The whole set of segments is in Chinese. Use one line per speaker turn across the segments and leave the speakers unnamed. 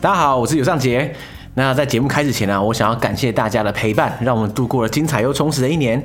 大家好，我是尤尚杰。那在节目开始前呢、啊我想要感谢大家的陪伴，让我们度过了精彩又充实的一年。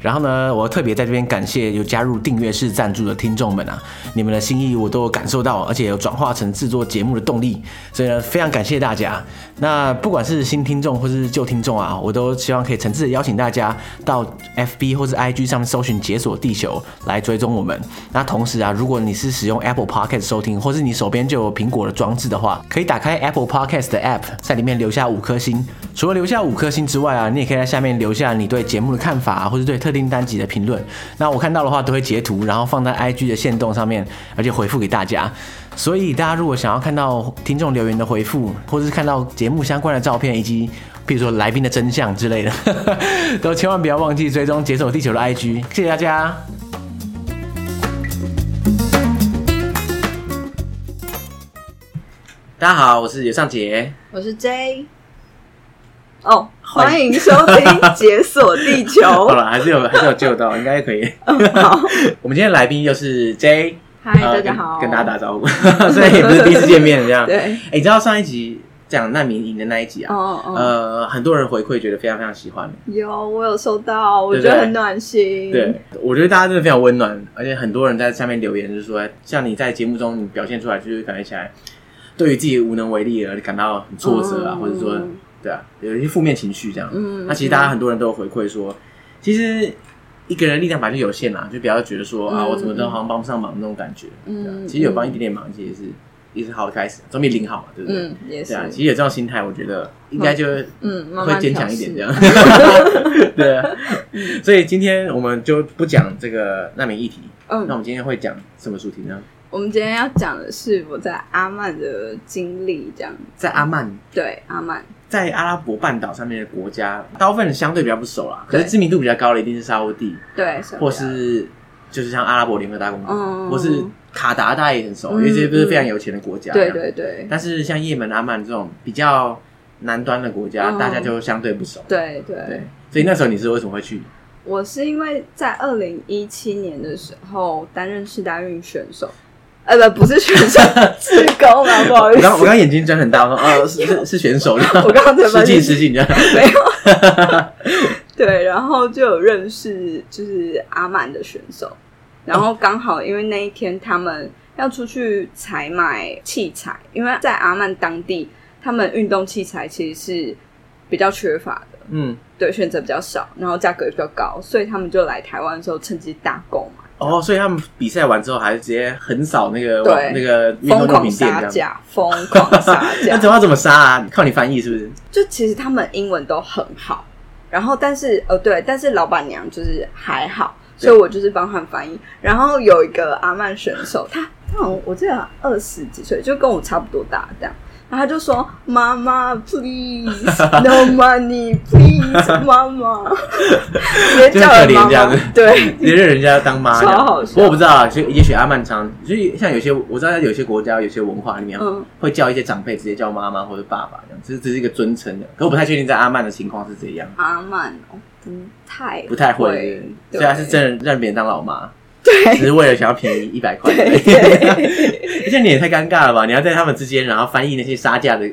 然后呢，我特别在这边感谢有加入订阅式赞助的听众们啊，你们的心意我都有感受到，而且有转化成制作节目的动力。所以呢，非常感谢大家。那不管是新听众或是旧听众啊，我都希望可以诚挚的邀请大家到 FB 或是 IG 上面搜寻“解锁地球”来追踪我们。那同时啊，如果你是使用 Apple Podcast 收听，或是你手边就有苹果的装置的话，可以打开 Apple Podcast 的 App，在里面留下五颗星。除了留下五颗星之外啊，你也可以在下面留下你对节目的看法、啊，或是对特定单集的评论。那我看到的话都会截图，然后放在 IG 的线动上面，而且回复给大家。所以大家如果想要看到听众留言的回复，或是看到节目相关的照片，以及比如说来宾的真相之类的， 都千万不要忘记追踪解锁地球的 IG。谢谢大家。大家好，我是尤尚杰。
我是 J。哦，欢迎收听《解锁地球
好》。了，还是有还是有救到，应该可以。
好，
我们今天来宾又是 J，
嗨，
呃
大家好，
跟跟大家打招呼， 虽然也不是第一次见面这样。哎、
对，
你知道上一集讲难民营的那一集啊？
哦哦，
呃，很多人回馈觉得非常非常喜欢。
有我有收到，我
对
觉
对
得很暖心。
对，我觉得大家真的非常温暖，而且很多人在下面留言，就是说，像你在节目中你表现出来，就是感觉起来对于自己无能为力而感到很挫折啊，
嗯
或者说，对啊，有一些负面情绪这样。
嗯
那其实大家很多人都有回馈说，其实一个人的力量本来就有限啦，就不要觉得说啊，
嗯
我怎么都好像帮不上忙那种感觉。对啊
嗯，
其实有帮一点点忙，其实是也是好的开始，总比零好嘛，对不对？
嗯，也
对
是
啊，，其实有这种心态，我觉得应该就
嗯，慢
会
慢
坚
调
强一点
试
这样。 对啊，所以今天我们就不讲这个难民议题，那我
嗯，
们今天会讲什么主题呢？
我们今天要讲的是我在阿曼的经历，这样
在阿曼，
对阿曼，
在阿拉伯半岛上面的国家，大部分人相对比较不熟啦，可
对
是知名度比较高的一定是沙烏地，
对，啊
或是就是像阿拉伯联合大公国，
嗯，
或是卡达，大家也很熟，
嗯
因为这些都是非常有钱的国家。
对。对对
但是像也门、阿曼这种比较南端的国家，
嗯
大家就相对不熟。
对对
对。，所以那时候你是为什么会去？
我是因为在二零一七年的时候担任世大运选手，呃，不不是选 手，志工啊，不好意
我
思，
刚我刚眼睛睁很大，我说 呃是是是选 手，
我刚刚才发
失
现
敬失敬这样。
没有。 对，然后就有认识就是阿曼的选手，然后刚好因为那一天他们要出去采买器材，因为在阿曼当地，他们运动器材其实是比较缺乏的，
嗯，
对，选择比较少，然后价格也比较高，所以他们就来台湾的时候趁机大购嘛，
哦，所以他们比赛完之后还直接横扫那个
对
网那个运动
疯
用
狂
品店
杀
这样。
价，疯狂杀
那
价
怎。么要怎么杀啊？靠你翻译是不是？
就其实他们英文都很好，然后但是呃对，但是老板娘就是还好，
对
所以我就是帮他们翻译。然后有一个阿曼选手，他他好像我记得二十几岁，就跟我差不多大这样。然后他就说：“妈妈，please no money，please 妈妈。”直接叫
就是可
人
怜
妈
这样
妈
子，
对，
直接认人家当 妈这样。
超好笑
不过我不知道啊，就也许阿曼常，所以像有些我知道，有些国家有些文化里面啊
嗯
会叫一些长辈直接叫妈妈或者爸爸这样，这这是一个尊称的。可我不太确定在阿曼的情况是怎样，
阿曼哦，不太
不太会，
会，
所以他是
对
真的让别人当老妈。只
对
是为了想要便宜一百块。
对
而且你也太尴尬了吧？你要在他们之间，然后翻译那些杀价的，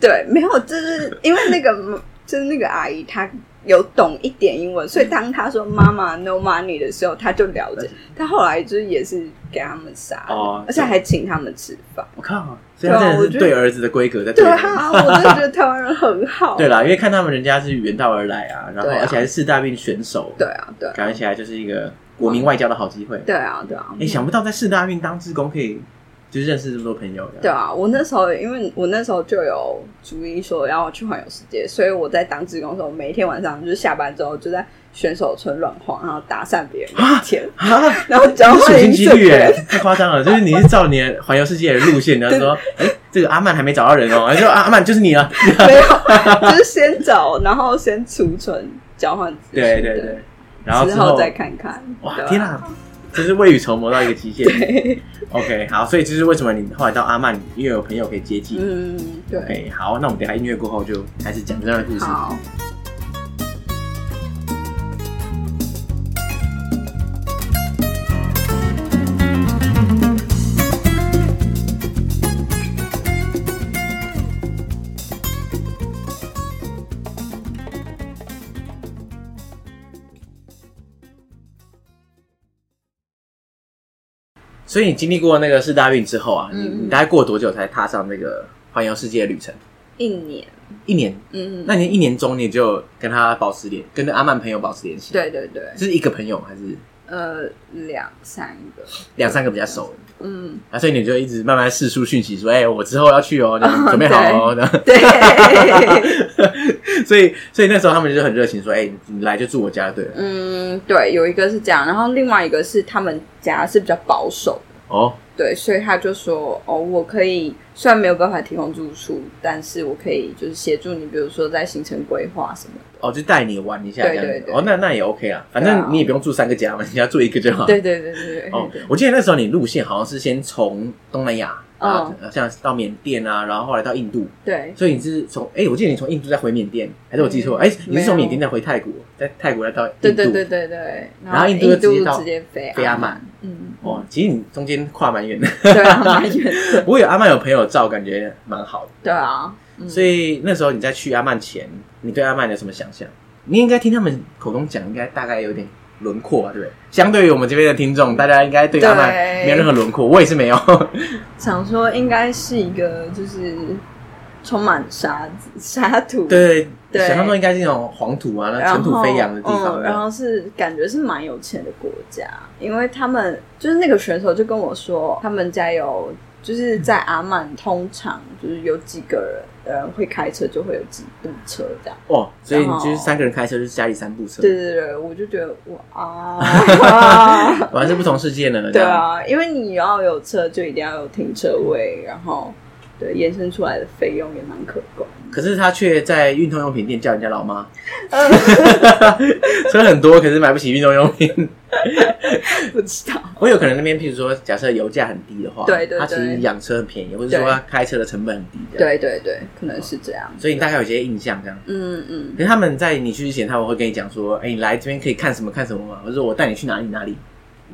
对，没有，就是因为那个就是那个阿姨她有懂一点英文，所以当她说“妈妈 no money” 的时候，她就了解。她后来就是也是给他们杀的，
哦
而且还请他们吃饭。
我靠！所
啊
以他真的是对儿子的规格在
对
对。
啊，我真的觉得台湾人很好。
对啦，因为看他们人家是远道而来啊，然后
对啊
而且还是四大运选手，
对啊，对啊，
感觉起来就是一个国民外交的好机会。
对啊，对啊
哎，，想不到在四大运当志工可以就是认识这么多朋友。
对，啊！我那时候因为我那时候就有主意说要去环游世界，所以我在当职工的时候，每一天晚上就是下班之后就在选手村乱晃，然后搭讪别人聊天，
啊，
然后交
处
换
心
一
积
瞬
虑哎
间，
太夸张了！就是你是照你的环游世界的路线，然后 说，哎，这个阿曼还没找到人哦，然后就啊阿曼就是你了。
没有，就是先找，然后先储存交换资讯，
对对对，，然后
之
之后
后再看看。
哇
对，吧
天啊，真是未雨绸缪到一个极限。OK，好，所以这是为什么你后来到阿曼，因为有朋友可以接济。
嗯，对，
OK，好，那我们等一下音乐过后就开始讲这样的故事。
好，
所以你经历过那个四大运之后啊，你
嗯
你大概过多久才踏上那个环游世界的旅程？
一年，
一年。
嗯，
那你一年中你就跟他保持联，跟阿曼朋友保持联系。，
对对对，
是一个朋友还是
呃，两三个，
两三个比较熟的？
嗯，
啊，所以你就一直慢慢释出讯息，说：“哎、我之后要去哦，你 们准备好哦。 然后
对，
所以，所以那时候他们就很热情，说：“哎、你来就住我家，对了。
嗯，对，有一个是这样，然后另外一个是他们家是比较保守的，
哦，
对，所以他就说，哦，我可以虽然没有办法提供住宿，但是我可以就是协助你，比如说在行程规划什么的。
哦，就带你玩一下这样子。
对对对
哦，那那也 OK 啊，反
对啊
正你也不用住三个家嘛，你要住一个就好。
对对对对对，
哦
对，
我记得那时候你路线好像是先从东南亚啊
嗯，
像到缅甸啊，然后后来到印度，
对，
所以你是从哎、我记得你从印度再回缅甸，还是我记错？哎、你是从缅甸再回泰国，在泰国再到印度。
嗯对对对对对，
然后印度就
印
直接
度
到
直接飞
飞阿
曼
曼，
嗯，
哦，其实你中间跨蛮远的，
对啊，蛮远的，
不过有阿曼有朋友照，感觉蛮好的。
对啊，
所以那时候你在去阿曼前，你对阿曼有什么想象？你应该听他们口中讲，应该大概有点轮廓吧，对不对？相对于我们这边的听众，大家应该对阿曼
对
没有任何轮廓，我也是没有。
想说应该是一个就是充满沙子沙土，
对
对
想象中应该是那种黄土啊，那
然
尘
后
土飞扬的地方。
嗯，然后是感觉是蛮有钱的国家，因为他们就是那个选手就跟我说，他们家有就是在阿曼，通常就是有几个人。呃，会开车就会有几部车这样，
哦，所以你
然后
就是三个人开车，就是家里三部车，
对对对，我就觉得哇啊，
完全是不同世界呢。这
对
样，
啊，因为你要有车，就一定要有停车位，然后对延伸出来的费用也蛮可观。
可是他却在运动用品店叫人家老妈，
嗯，
车很多，可是买不起运动用品。
不知道，
我有可能那边，譬如说，假设油价很低的话，
对对
他其实
对
养车很便宜，或者说
对
他开车的成本很低，这样，
对对对，可能是这样。
所以你大概有些印象这样。
嗯嗯，
可是他们在你去之前，他们会跟你讲说：“哎、你来这边可以看什么看什么嘛。”或者说我带你去哪里哪里，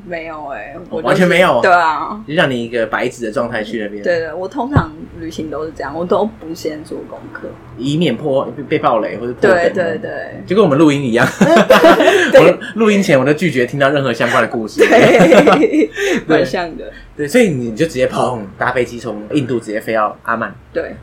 没有哎、我
哦
就是
完全没有
对啊，
就让你一个白纸的状态去那边，，
对对，我通常旅行都是这样，我都不先做功课。
以免破被被暴雷或者破
对
梗
对对
就跟我们录音 一样，我录音前我都拒绝听到任何相关的故事。
对，蛮像的。
对，所以你就直接砰搭飞机从印度直接飞到阿曼。
对，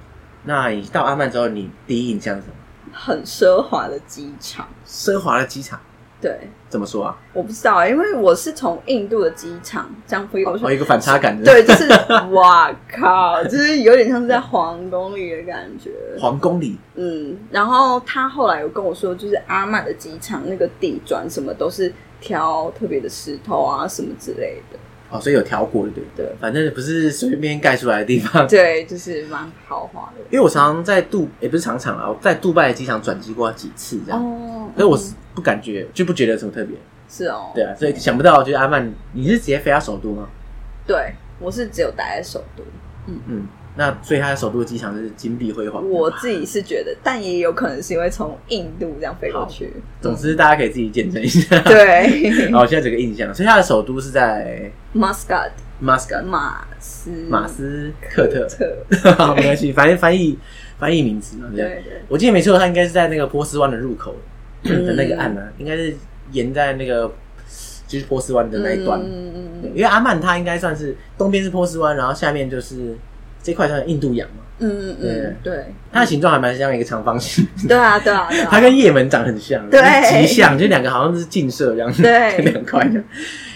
那你到阿曼之后，你第一印象是什么？
很奢华的机场。
奢华的机场
对，
怎么说啊？
我不知道、欸因为我是从印度的机场这样飞过去
哦，。有一个反差感，
对，就是哇靠，就是有点像是在皇宫里的感觉。
皇宫里
嗯，然后他后来有跟我说，就是阿曼的机场那个地砖什么都是挑特别的石头啊什么之类的。
哦，所以有调过的对不对，
对
反正不是随便盖出来的地 方。
对，就是蛮豪华的。
因为我常常在杜，也不是常常啦，我在杜拜的机场转机过几次这样，
哦，
所以我是不感觉就不觉得有什么特别。
是哦，
对啊，所以想不到就是阿曼，你是直接飞到首都吗？
对我是只有待在首都，
嗯，那所以它的首都的机场就是金碧辉煌。
我自己是觉得，但也有可能是因为从印度这样飞过去。
总之大家可以自己见证一下。
对
然后现在这个印象，所以它的首都是在
，Muscat
Muscat
马斯
马斯克特，
特，
没关系，反正翻译翻译名字嘛。这样
对对，
我记得没错，它应该是在那个波斯湾的入口 的那个岸
嗯
呢、应该是沿在那个就是波斯湾的那一段。
嗯嗯嗯
对因为阿曼它应该算是东边是波斯湾，然后下面就是这块算印度洋嘛，
嗯嗯嗯，对，
它的形状还蛮像一个长方形，
对啊对啊对啊，
它跟也门长得很像，
对
就是极像，就两个好像是近射这样子，
对
两块这样。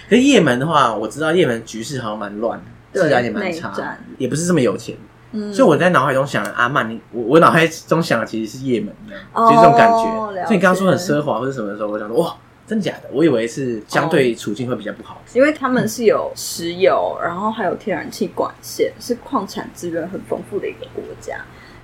可是也门的话，我知道也门局势好像蛮乱的，
对
治安也蛮
内
差
战，
也不是这么有钱，
嗯
所以我在脑海中想的阿曼，你我我脑海中想的其实是也门，
哦
就是这种感觉。
了解
所以你刚刚说很奢华或者什么的时候，我想说哇，真假的？我以为是相
哦
对处境会比较不好。
因为他们是有石油，然后还有天然气管线，是矿产资源很丰富的一个国家。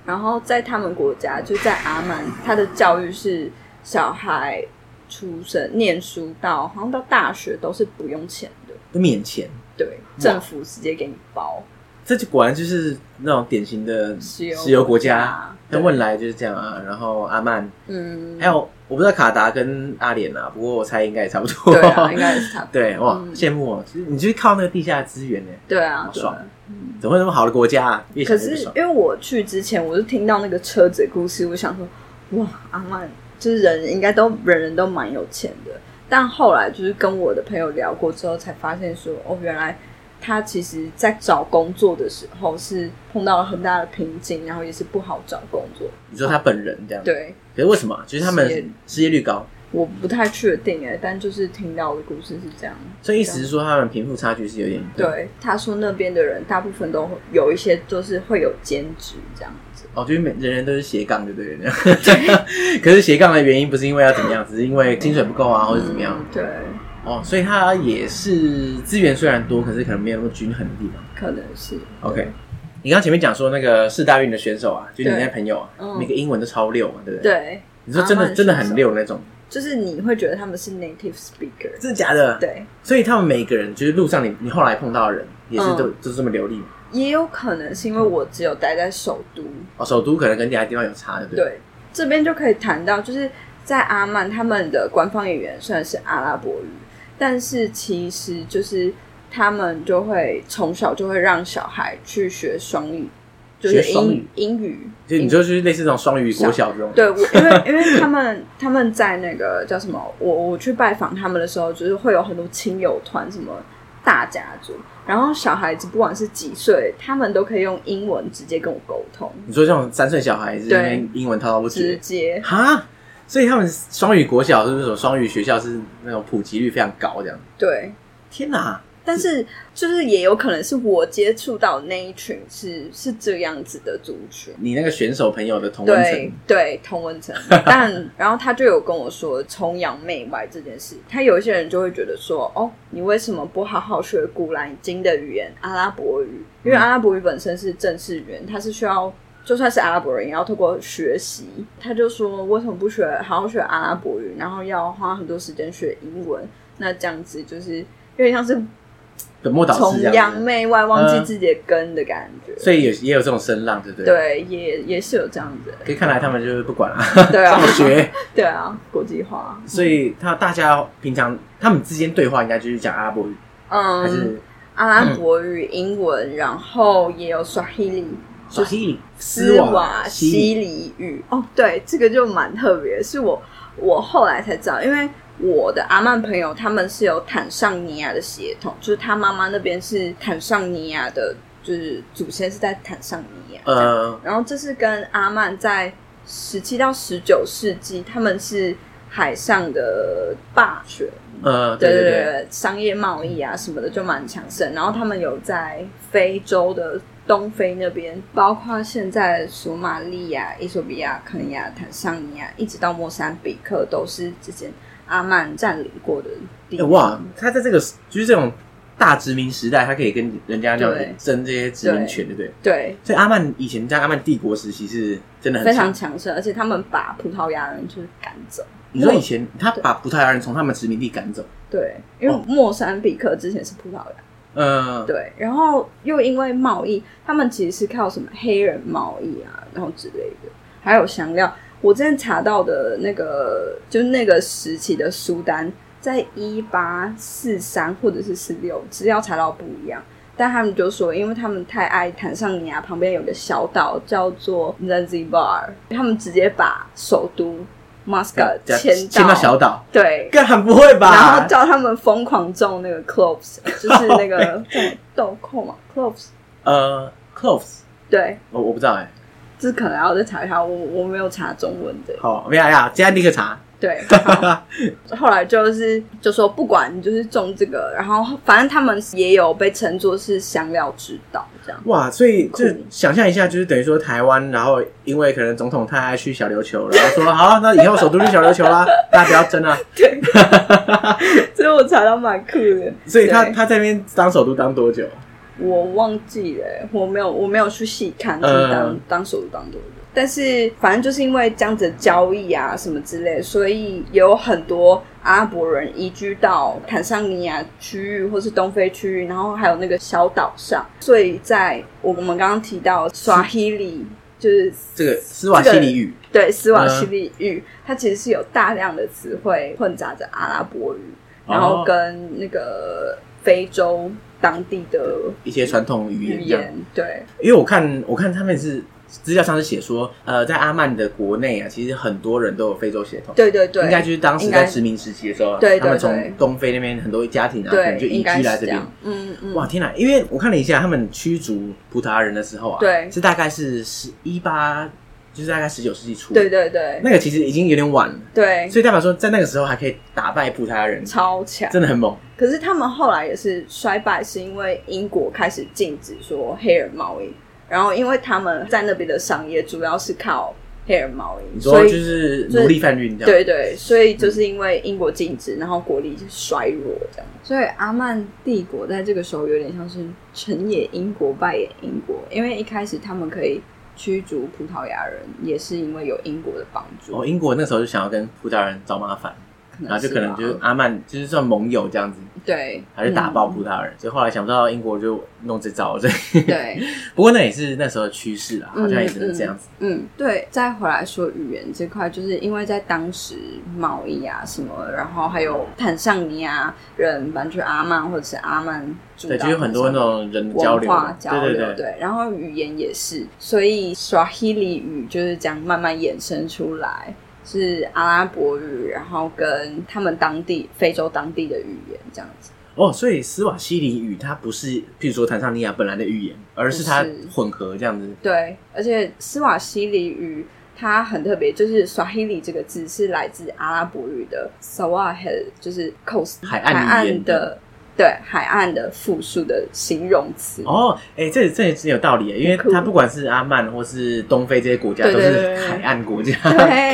然后在他们国家，就在阿曼，他的教育是小孩出生念书到好像到大学都是不用钱的，
就免钱，
对，
嗯
政府直接给你包
这就果然就是那种典型的
石油
石油国家。啊
家。
那
对
汶莱就是这样啊，然后阿曼，
嗯，
还有我不知道卡达跟阿联啊，不过我猜应该也差不多。
对 啊，应该也是差不多。
对哇，
嗯
羡慕哦！其实你就是靠那个地下资源呢，
对啊，对
爽
啊。
怎么会有那么好的国家啊？越想
可
越不
是
爽
因。为我去之前，我就听到那个车子的故事，我想说，哇，阿曼就是人应该都人人都蛮有钱的。但后来就是跟我的朋友聊过之后，才发现说，哦，原来他其实在找工作的时候是碰到了很大的瓶颈，然后也是不好找工作。
你说他本人这样，，
对，
可是为什么啊？就是他们
失业率
失业率高，
我不太确定哎，但就是听到的故事是这样。
所以意思是说他们贫富差距是有点
对，他说那边的人大部分都会有一些就是会有兼职这样子，
哦，就是每人人都是斜杠，就对了。 可是斜杠的原因不是因为要怎么样，只是因为薪水不够啊，或者怎么样。
嗯对，
哦，所以它也是资源虽然多，可是可能没有那么均衡的地方。
可能是
OK，你刚前面讲说那个四大运的选手啊，就是你
对
那朋友啊，
嗯
每个英文都超溜嘛，对不对？。
对，
你说真
阿
的
曼
真的
选
很
手
溜那种，
就是你会觉得他们是 native speaker，
真的假的？。
对，
所以他们每个人，就是路上你你后来碰到的人，也是
嗯
都、都是这么流利嘛。
也有可能是因为我只有待在首都，
哦，首都可能跟其他地方有差，对不对？
对，这边就可以谈到，就是在阿曼他们的官方语言虽然是阿拉伯语，但是其实就是他们就会从小就会让小孩去学双语，就
学
是
双
英
语
英语。
就你说就是类似这种双语国小这种，
对，我因为因为他们他们在那个叫什么，我我去拜访他们的时候，就是会有很多亲友团，什么大家族，然后小孩子不管是几岁，他们都可以用英文直接跟我沟通，
你说这种三岁小孩是
对
因为英文滔滔不
直
绝，
接
哈，所以他们双语国小是不是什么双语学校是那种普及率非常高这样？
对。
天哪！
但是就是也有可能是我接触到那一群是是这样子的族群，
你那个选手朋友的同温
对
层，
对，同文层。 但然后他就有跟我说崇洋媚外这件事，他有一些人就会觉得说，哦，你为什么不好好学古兰经的语言阿拉伯语？因
嗯
为阿拉伯语本身是正式语言，它是需要。就算是阿拉伯人，也要透过学习。他就说，为什么不学好好学阿拉伯语，然后要花很多时间学英文？那这样子就是有点像是
本末倒
崇
置这样
洋
子。嗯
媚外，忘记自己的根的感觉。
所以有也有这种声浪，对不对？。
对，也也是有这样子的。
可以看来他们就是不管啊，
对啊
上学。
对啊，国际化。
所以他大家平常他们之间对话应该就是讲阿拉伯语，还
嗯，
是
阿拉伯语、英文，然后也有 Swahili、
s w a
斯
斯
瓦西
西
里语。哦，对，这个就蛮特别，是我我后来才知道，因为。我的阿曼朋友他们是有坦尚尼亚的血统，就是他妈妈那边是坦尚尼亚的，就是祖先是在坦尚尼亚。这样
呃，
然后这是跟阿曼在十七到十九世纪，他们是海上的霸权，
呃，
对
对
对
对，
商业贸易啊什么的就蛮强盛。然后他们有在非洲的东非那边，包括现在索马利亚、伊索比亚、肯尼亚、坦桑尼亚，一直到莫桑比克，都是之前阿曼占领过的地
哎
方。
哇，他在这个就是这种大殖民时代，他可以跟人家这
对
样争这些殖民权，对不对？
对，
所以阿曼以前在阿曼帝国时期是真的很
非
强
常。强盛，而且他们把葡萄牙人就是赶走。
你说以前他把葡萄牙人从他们殖民地赶走，
对，因为
哦
莫桑比克之前是葡萄牙。
呃，
对，然后又因为贸易，他们其实是靠什么黑人贸易啊，然后之类的，还有香料。我之前查到的那个，就那个时期的苏丹，在一八四三或者是四六，资料查到不一样。但他们就说，因为他们太爱坦桑尼亚啊旁边有个小岛叫做 Zanzibar，他们直接把首都 Muscat
这样
迁
迁到小岛，
对，
干不会吧？
然后叫他们疯狂种那个 cloves，就是那个叫什么豆蔻嘛，cloves。
呃，cloves，
对，
我我不知道哎。
这可能要再查一下，我我没有查中文的。
好，没有呀，现在立刻查。
对，好后来就是就说不管你就是种这个，然后反正他们也有被称作是香料之岛这 样。
哇，所以就
酷
想象一下，就是等于说台湾，然后因为可能总统太爱去小琉球，然后说好，那以后首都是小琉球啦，大家不要争啊。
对，所以我查到蛮酷的。
所以他
对
他在那边当首都当多久？
我忘记了欸、我没有我没有去细看，就是当、
嗯
当手术当多久。但是反正就是因为这样子的交易啊什么之类，所以有很多阿拉伯人移居到坦桑尼亚区域或是东非区域，然后还有那个小岛上。所以在我们刚刚提到刷希里，就是
这个斯瓦西里语，
对斯瓦西里语，它其实是有大量的词汇混杂着阿拉伯语，然后
哦
跟那个非洲当地的
一些传统语言
语
这样。
言，对。
因为我看我看他们是资料上是写说，呃，在阿曼的国内啊，其实很多人都有非洲血统，
对对对，
应该就是当时
应该
在殖民时期的时候，啊
对对
他们
对
从东非那边很多家庭啊，可能就
对，
移
应该
居
是
来这边
样。嗯嗯，
哇，天哪！因为我看了一下，他们驱逐葡萄牙人的时候啊，
对
是大概是十一八，就是大概十九世纪初，
对，对对
那个其实已经有点晚了，
对，
所以代表说在那个时候还可以打败葡萄牙人，
超强。
真的很猛。
可是他们后来也是衰败，是因为英国开始禁止说黑人贸易，然后因为他们在那边的商业主要是靠黑人贸易，
你说
所
就
以
是奴隶贩运这样，
对对，所以就是因为英国禁止，然后国力就衰弱这样。所以阿曼帝国在这个时候有点像是成也英国，败也英国，因为一开始他们可以驱逐葡萄牙人，也是因为有英国的帮助，
哦，英国那时候就想要跟葡萄牙人找麻烦，
可能啊
然后就可能
吧
就是阿曼就是算盟友这样子，
对，
还是打
嗯
爆葡萄牙人。所以后来想不到英国就弄这招，所以
对。
不过那也是那时候的趋势啦，好像也只能这样子。
嗯，对，再回来说语言这块，就是因为在当时贸易啊什么，然后还有坦桑尼亚人搬去阿曼或者是阿曼主导
对，就有很多那种人
文
交流
化
嘛，
交流，
对对对。
然后语言也是，所以 Swahili 语就是这样慢慢衍生出来，是阿拉伯语，然后跟他们当地非洲当地的语言这样子。
哦，所以斯瓦西里语它不是，譬如说坦桑尼亚本来的语言，而是它混合这样子。
对，而且斯瓦西里语它很特别，就是 Swahili 这个字是来自阿拉伯语的 Sawahel，就是 coast
海岸语言
的
的
对海岸的复数的形容词。
哦，哎，这这也是有道理的，因为
很酷
它不管是阿曼或是东非这些国家，
对
都
对
是
对对
海岸国家，
对，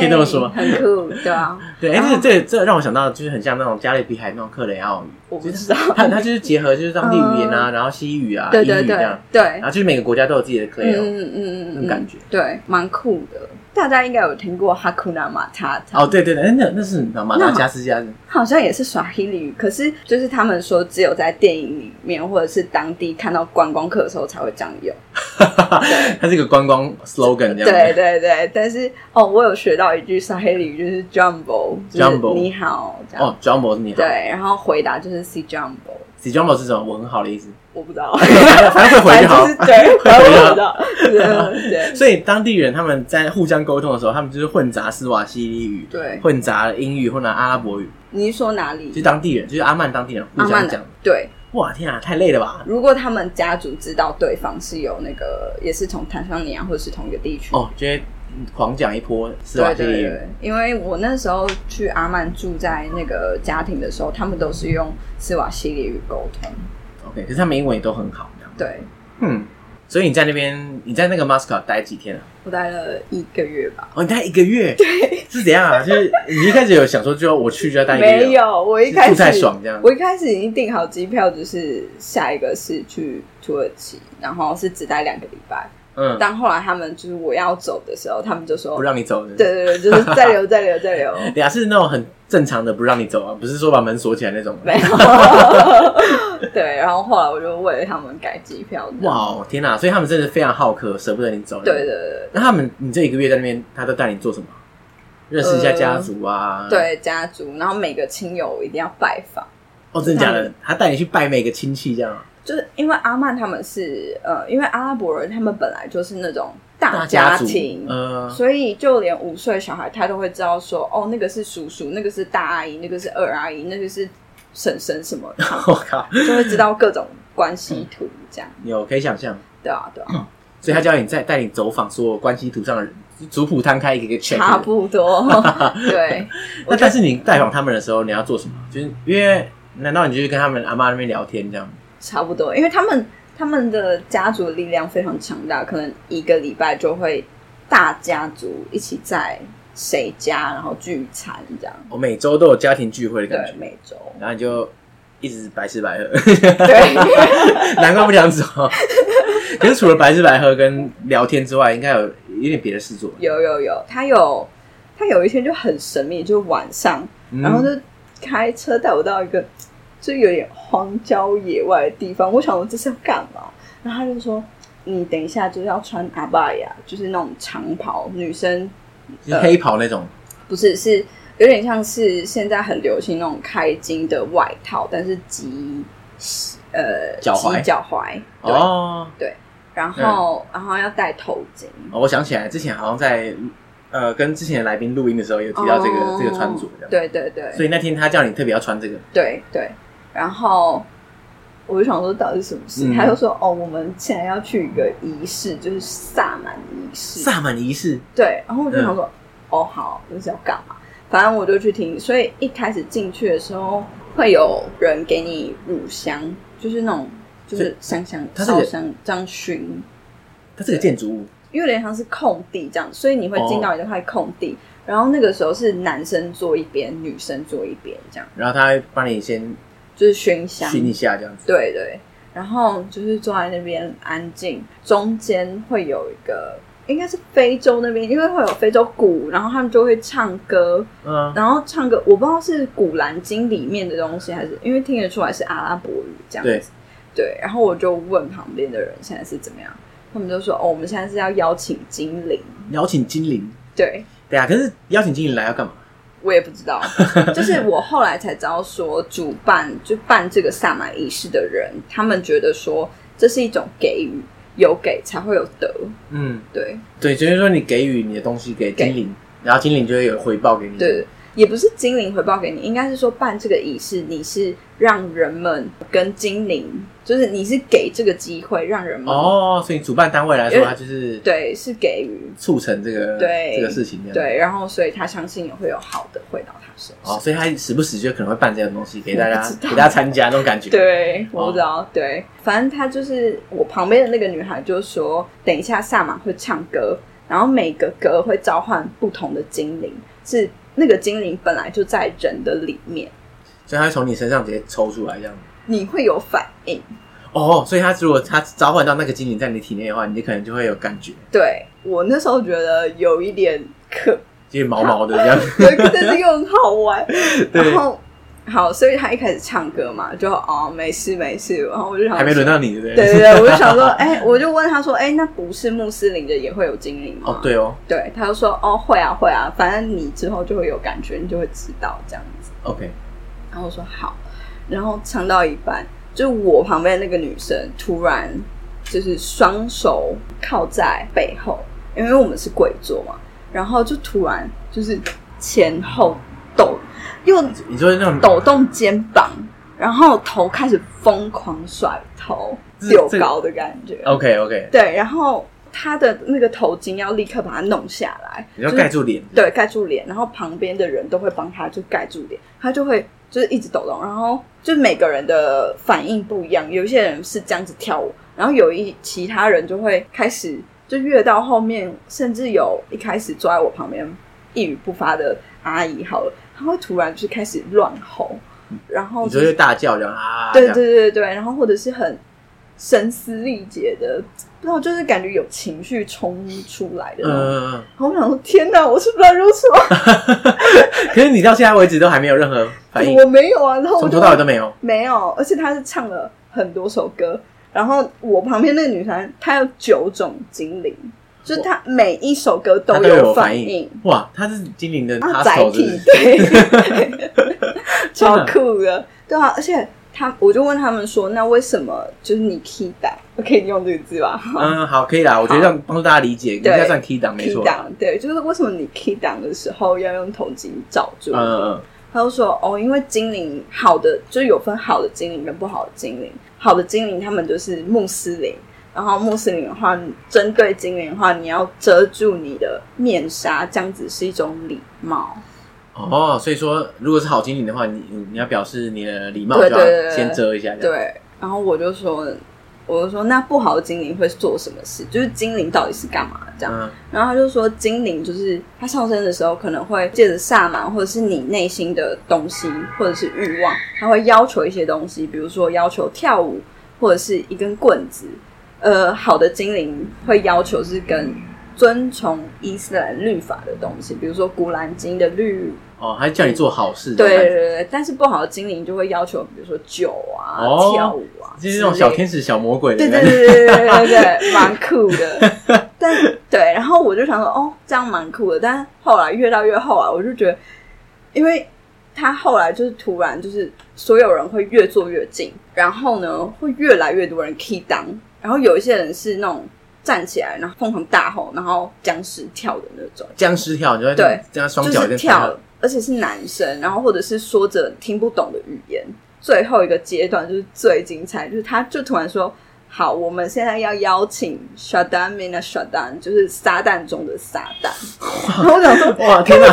可以这么说。
很酷，对啊，
对，哎、
然后
这这这让我想到，就是很像那种加勒比海那种克雷奥语，
我不
就是
知道，嗯
它它就是结合就是当地语言啊，然后西语啊、
对
英
对
语这
对
样，
对
然，后就是每个国家都有自己的克雷奥
嗯嗯嗯
那
嗯
种
嗯，
感觉。
对，蛮酷的。大家应该有听过 Hakuna Matata，
哦，对对对，哎那那是哪马达加斯加的
好像也是耍黑鲤鱼，可是就是他们说只有在电影里面或者是当地看到观光客的时候才会这样用。
它是一个观光 slogan 这样。
对，对对，但是哦，我有学到一句耍黑鲤鱼，就是 Jumbo，就是
Jumbo
你好这样。
哦，Jumbo 是你好
对，然后回答就是 See Jumbo，
，See Jumbo 是什么？我很好的意 思，
我不知道，
反正会回就
反正
好
就。是对，反正我不
回
知道， 对对
所以当地人他们在互相沟通的时候，他们就是混杂斯瓦西里语，
对
混杂英语，混杂阿拉伯语，
你是说哪
就是
里？
当地人，就是阿曼当地人
阿
互
曼
相
的
讲。
对，
哇，天啊，太累了吧！
如果他们家族知道对方是有那个，也是从坦桑尼亚啊或者是同一个地区
哦，觉得狂讲一波斯瓦
对
西
对
里语。
对，因为我那时候去阿曼住在那个家庭的时候，他们都是用斯瓦西里语沟通。
OK，可是他们英文也都很好，这样
对
嗯，所以你在那边，你在那个 Moscow 待几天啊？
我待了一个月吧，
哦，你待一个月，对，是怎样啊？就是你一开始有想说，就要我去就要待一个月，啊
没，有，我一
是
开
住太
始
爽这样
我一开始已经订好机票，就是下一个是去土耳其，然后是只待两个礼拜。
嗯，
但后来他们就是我要走的时候，他们就说
不：“让你走的，
对，对对，就是再留，再留，再留。”
对啊，是那种很正常的不让你走啊，不是说把门锁起来那种。
没有， 对，然后后来我就为了他们改机票。这样，
哇哦，天哪！所以他们真的非常好客，舍不得你走。
对对。对对
那他们，你这一个月在那边，他都带你做什么？认识一下家族啊？。
呃对家族，然后每个亲友一定要拜访，
哦，真的假的？他带你去拜每个亲戚这样啊？
就是因为阿曼他们是呃，因为阿拉伯人他们本来就是那种
大
家
族
庭。
呃，
所以，就连五岁小孩，他都会知道说，哦，那个是叔叔，那个是大阿姨，那个是二阿姨，那个是婶婶什么，
我靠，
就会知道各种关系图这样。
有可以想象。
对啊，对啊，
所以他叫你在带你走访所有关系图上的人，族谱摊开一个一个 check。
差不多。对，
那但是你拜访他们的时候，你要做什么？就是因为难道你就是跟他们阿妈那边聊天这样？
差不多，因为他们他们的家族的力量非常强大，可能一个礼拜就会大家族一起在谁家然后聚餐这样。
我每周都有家庭聚会的感
对，
觉，
每周
然后你就一直白吃白喝，
对，
难怪不想走。 可是除了白吃白喝跟聊天之外，应该有一点别的事做。
有有有，他有他有一天就很神秘，就晚上，
嗯
然后就开车带我到一个就有点荒郊野外的地方，我想我这是要干嘛？然后他就说。你等一下就是要穿阿巴雅，就是那种长袍，女生
就是黑袍那种，
不是，是有点像是现在很流行那种开襟的外套，但是及呃
脚踝
及脚踝对、
哦，
对，然后、然后要戴头巾。
哦，我想起来，之前好像在呃跟之前的来宾录音的时候有提到这个、
哦
这个穿着这样，
对对对，
所以那天他叫你特别要穿这个，
对对，然后我就想说到底是什么事，
嗯
他就说哦，我们现在要去一个仪式，就是萨满仪式。
萨嗯满仪式，
对，然后我就想说，哦好，那是要干嘛？反正我就去听，所以一开始进去的时候会有人给你乳香，就是那种就是香香
它是
烧
个
香这样熏，
它这个建筑物
因为有点像是空地这样，所以你会进到一块空地，然后那个时候是男生坐一边，女生坐一边这样，
然后他会帮你先
就是熏香
熏一下这样子，
对对，然后就是坐在那边安静，中间会有一个，应该是非洲那边，因为会有非洲鼓，然后他们就会唱歌，
嗯，
然后唱歌我不知道是《古兰经》里面的东西，还是因为听得出来是阿拉伯语这样
对
子。对，然后我就问旁边的人现在是怎么样，他们就说哦，我们现在是要邀请精灵。
邀请精灵，
对
对啊，可是邀请精灵来要干嘛？
我也不知道，就是我后来才知道说，主办就办这个萨满仪式的人，他们觉得说这是一种给予，有给才会有得，
嗯，
对
对，就是说你给予你的东西给精灵，然后精灵就会有回报给你，
对，也不是精灵回报给你，应该是说办这个仪式，你是让人们跟精灵，就是你是给这个机会让人们，
哦，所以主办单位来
因
说，
为
它就是
对，是给予，
促成这个
对
这个事情这样，，
对，然后所以他相信也会有好的回到他身上。
哦，所以他时不时就可能会办这样的东西给大家
我不知道
给大家参加那种感觉，，
对，我不知道。对，反正她就是我旁边的那个女孩，就说等一下萨满会唱歌，然后每个歌会召唤不同的精灵，是那个精灵本来就在人的里面，
所以他会从你身上直接抽出来这样。
你会有反应。
哦，所以他如果他召唤到那个精灵在你体内的话，你可能就会有感觉，
对我那时候觉得有一点可，
就是毛毛的这样。
但是又很好玩。
对
然后好，所以她一开始唱歌嘛，就哦没事没事，然后我就想
还没轮
说。
到你，对不对？
对对对，我就想说，哎、我就问他说，哎、那不是穆斯林的也会有精灵吗？
哦，对哦
对，他就说哦会啊会啊，反正你之后就会有感觉，你就会知道这样子。
，OK，
然后我说好，然后唱到一半，就我旁边那个女生突然就是双手靠在背后，因为我们是跪坐嘛，然后就突然就是前后抖，又
你说那种
抖动肩膀，然后头开始疯狂甩头
这
丢
这
高的感觉。
OK OK，
对，然后她的那个头巾要立刻把它弄下来，
你要
就是
盖住脸，
对，盖住脸，然后旁边的人都会帮他就盖住脸，他就会就是一直抖动，然后就每个人的反应不一样，有一些人是这样子跳舞，然后有一其他人就会开始就越到后面，甚至有一开始坐在我旁边一语不发的阿姨好了，她会突然就开始乱吼，然后
你
就
就是会大叫这样啊，
对
这样
对对对，然后或者是很声嘶力竭的，不知道就是感觉有情绪冲出来的那种。
嗯，嗯嗯
然后我想说，天哪，我是不乱入错。
可是你到现在为止都还没有任何反应，
我没有啊，然后我
从
就
头到尾都没有。
没有，而且他是唱了很多首歌，然后我旁边那个女生，她有九种精灵，就是她每一首歌都
他都有
反
反应，哇！他是精灵的
啊，
他
载
手
体
是
对， 超酷的，对啊，而且他，我就问他们说，那为什么就是你 key 档，我可以用这个字吧？
嗯，好，可以啦，我觉得这样帮助大家理解，应
对
该算 key 档没
key
错。
档，对，就是为什么你 key 档的时候要用头巾罩住？
嗯嗯
他就说哦，因为精灵好的就是有分好的精灵跟不好的精灵，好的精灵他们就是穆斯林，然后穆斯林的话，针对精灵的话，你要遮住你的面纱，这样子是一种礼貌。
嗯，哦，所以说如果是好精灵的话，你你你要表示你的礼貌，
对
就要
对对对
先遮一下。这样，
对，然后我就说，我就说那不好的精灵会做什么事？就是精灵到底是干嘛这样？
嗯
然后他就说，精灵就是他上升的时候，可能会借着萨满或者是你内心的东西，或者是欲望，他会要求一些东西，比如说要求跳舞或者是一根棍子。呃，好的精灵会要求是跟遵从伊斯兰律法的东西，比如说《古兰经》的律，
哦，还叫你做好事。
对对，对对。但是不好的精灵就会要求，比如说酒啊、
哦
跳舞啊，
就是那种小
天。
天使、小魔鬼的
对
感
对
觉。
对对对对对，蛮酷的。但对，然后我就想说，哦，这样蛮酷的。但是后来越到越后啊来，我就觉得，因为他后来就是突然就是所有人会越坐越近，然后呢会越来越多人 key down，然后有一些人是那种站起来然后疯狂大吼，然后僵尸跳的那种，
僵尸跳，你就会
对
这样双
就
脚
是
这样
跳，而且是男生，然后或者是说着听不懂的语言。最后一个阶段就是最精彩，就是他就突然说：“好，我们现在要邀请 Shadan Mina Shadan，就是撒旦中的撒 旦。”然后我想说，
哇天哪！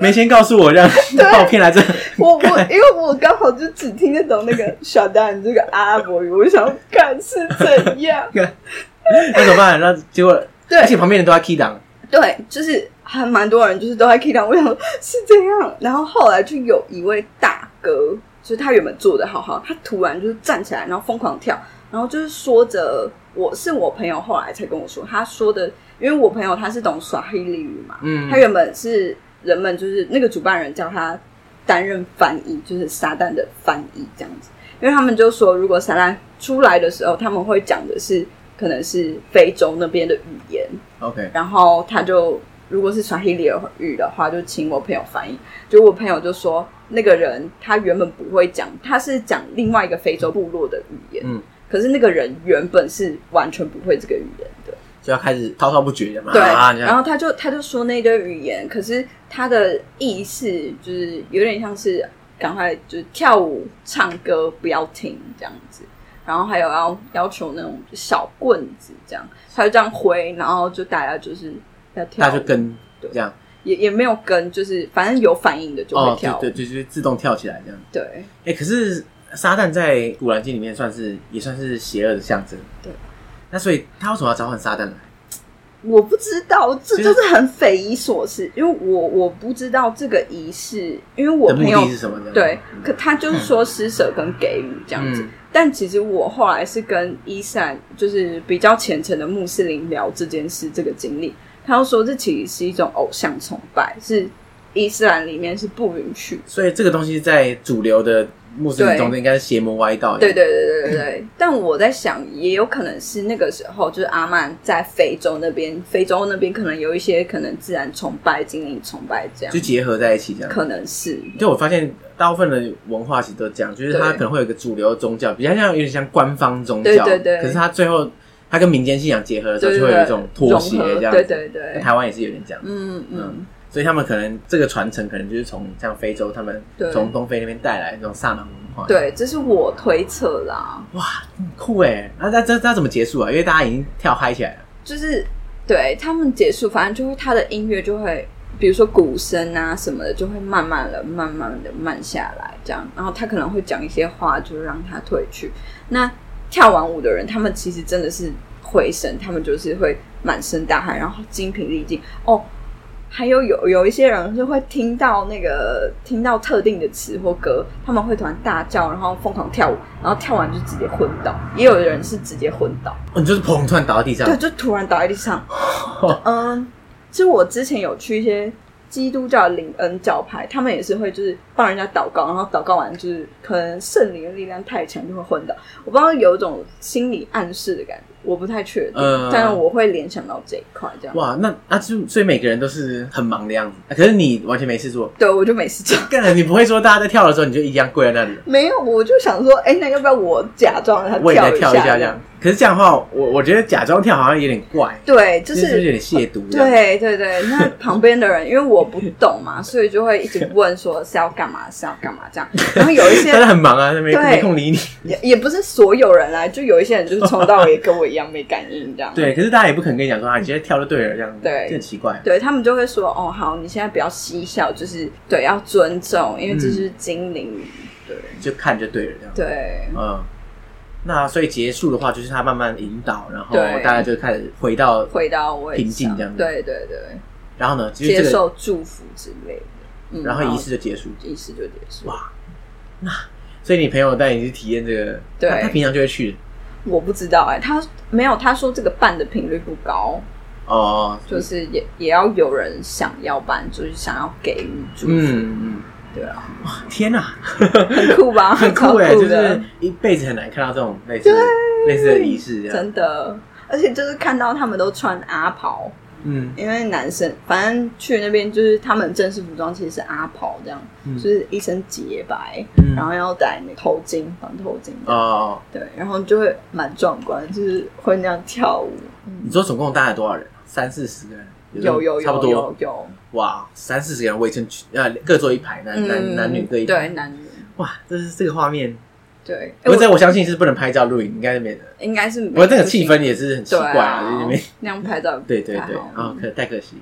没先告诉我 这样，把我骗来这，。
我我因为我刚好就只听得懂那个小丹这个阿拉伯语，我想看是怎样
那怎么办？那结果，
对
而且旁边人都在 key 档，
对，就是还蛮多人就是都在 K 档，我想说是怎样。然后后来就有一位大哥，就是他原本坐的好好，他突然就是站起来，然后疯狂跳，然后就是说着我是我朋友后来才跟我说，他说的，因为我朋友他是懂耍黑俚语嘛，
嗯
他，原本是人们就是那个主办人叫他担任翻译，就是撒旦的翻译这样子，因为他们就说，如果撒旦出来的时候，他们会讲的是可能是非洲那边的语言，
OK，
然后他就如果是传希里尔语的话，就请我朋友翻译。就我朋友就说，那个人他原本不会讲，他是讲另外一个非洲部落的语言，
嗯，
可是那个人原本是完全不会这个语言的。
就要开始滔滔不绝了嘛。
对，
啊，你看
然后他就他就说那堆语言，可是他的意思就是有点像是赶快就是跳舞、唱歌不要停这样子，然后还有要要求那种小棍子这样，他就这样挥，然后就大家就是要跳
大家
舞，
就跟
对
这样，
也也没有跟，就是反正有反应的就
哦
会，跳舞，
对对，就是自动跳起来这样。
对
哎，可是撒旦在古兰经里面算是也算是邪恶的象征。
对，
那所以他为什么要召唤撒旦来？
我不知道，这
其实
就是很匪夷所思，因为我我不知道这个仪式，因为我
的目
朋友
的是什么？这样
对，
嗯
可他就是说施舍跟给予这样子。
嗯
但其实我后来是跟伊斯兰，就是比较虔诚的穆斯林聊这件事，这个经历，他就说这其实是一种偶像崇拜，是伊斯兰里面是不允许。
所以这个东西在主流的穆斯林中间应该是邪魔歪道。
对，对对对对对。 但我在想，也有可能是那个时候，就是阿曼在非洲那边，非洲那边可能有一些可能自然崇拜、精灵崇拜这样
就，结合在一起这样。
可能是
就我发现，大部分的文化其实都这样，就是它可
对
能会有一个主流宗教，比较像有点像官方宗教，
对对对
可是它最后它跟民间信仰结合的时候，
对
就
对
会
对
有一种妥协
融合
这样子。
对对对，
台湾也是有点这样，
嗯嗯
嗯所以他们可能这个传承可能就是从像非洲，他们
对
从东非那边带来的这种萨满文化。，
对，这是我推测啦，
酷哎！那那这那怎么结束啊？因为大家已经跳嗨起来了。
就是对他们结束，反正就会他的音乐就会，比如说鼓声啊什么的，就会慢慢的、慢慢的慢下来，这样。然后他可能会讲一些话，就让他退去。那跳完舞的人，他们其实真的是回神，他们就是会满身大汗，然后精疲力尽。哦，还有有有一些人就会听到那个听到特定的词或歌，他们会突然大叫，然后疯狂跳舞，然后跳完就直接昏倒。也有人是直接昏倒。
哦，你就是砰突然倒到地上
对，，就突然倒在 地上。嗯，其实我之前有去一些基督教灵恩教派，他们也是会就是帮人家祷告，然后祷告完就是可能圣灵的力量太强就会昏倒。我不知道有一种心理暗示的感觉，我不太确定，
嗯
但是我会联想到这一块这样。
哇，那啊就所以每个人都是很忙的样子，啊可是你完全没事做。
对，我就没事情。
干，你不会说大家在跳的时候你就一样跪在那里，
没有，我就想说，哎、那要不要我假装他
我也
跳
在跳一下这样？。可是这样的话，我我觉得假装跳好像有点怪，
对，就
就是
是
有点亵渎这样。
对对对，那旁边的人因为我不懂 嘛，所以就会一直问说是要干嘛，是要干嘛这样。然后有一些
但是很忙啊，没
对
没空理你。
也也不是所有人啦，就有一些人就是冲到尾跟我一样没感应这 样。
对，可是大家也不肯跟你讲说啊，你现在跳就对了这样，
对
就很奇怪。
对他们就会说哦好，你现在不要嬉笑，就是对要尊重，因为这是精灵。对
就看就对了这样。
对
嗯，那所以结束的话，就是他慢慢引导，然后
对
大家就开始回到，
回到位
平静这样子
对对对，
然后呢，就是
接
这个，
受祝福之类的。嗯，
然后仪式就结束。
仪式就结束。
哇所以你朋友带你去体验这个，
对
他他平常就会去
我不知道哎、他没有他说这个办的频率不高，
哦，
就是也也要有人想要办，就是想要给予祝福，
嗯嗯，
对啊，
天哪、
很酷 吧？
很
超
酷哎、就
的
是一辈子很难看到这种类似类似的仪式这样。
真的，而且就是看到他们都穿阿袍，
嗯，
因为男生反正去那边就是他们正式服装其实是阿袍这样，就是一身洁白，
嗯
然后要戴那个头巾、绑头巾这样，
哦，
对，然后就会蛮壮观，就是会那样跳舞，
你说总共大概多少人？三四十个人，
有有有
差不
有
多
有，有
哇，三四十个人围成群呃各坐一排，男男
嗯，
男女各一
对
排，
男女
哇，这是这个画面，
对，
不过这
哎
我相信是不能拍照录影，应该是没的。
我应该是没
不过这个
不
气
行
氛也是很奇
对
怪啊，在那
啊
边，
那样拍照
对对
不太
对，
好
啊，可太可惜。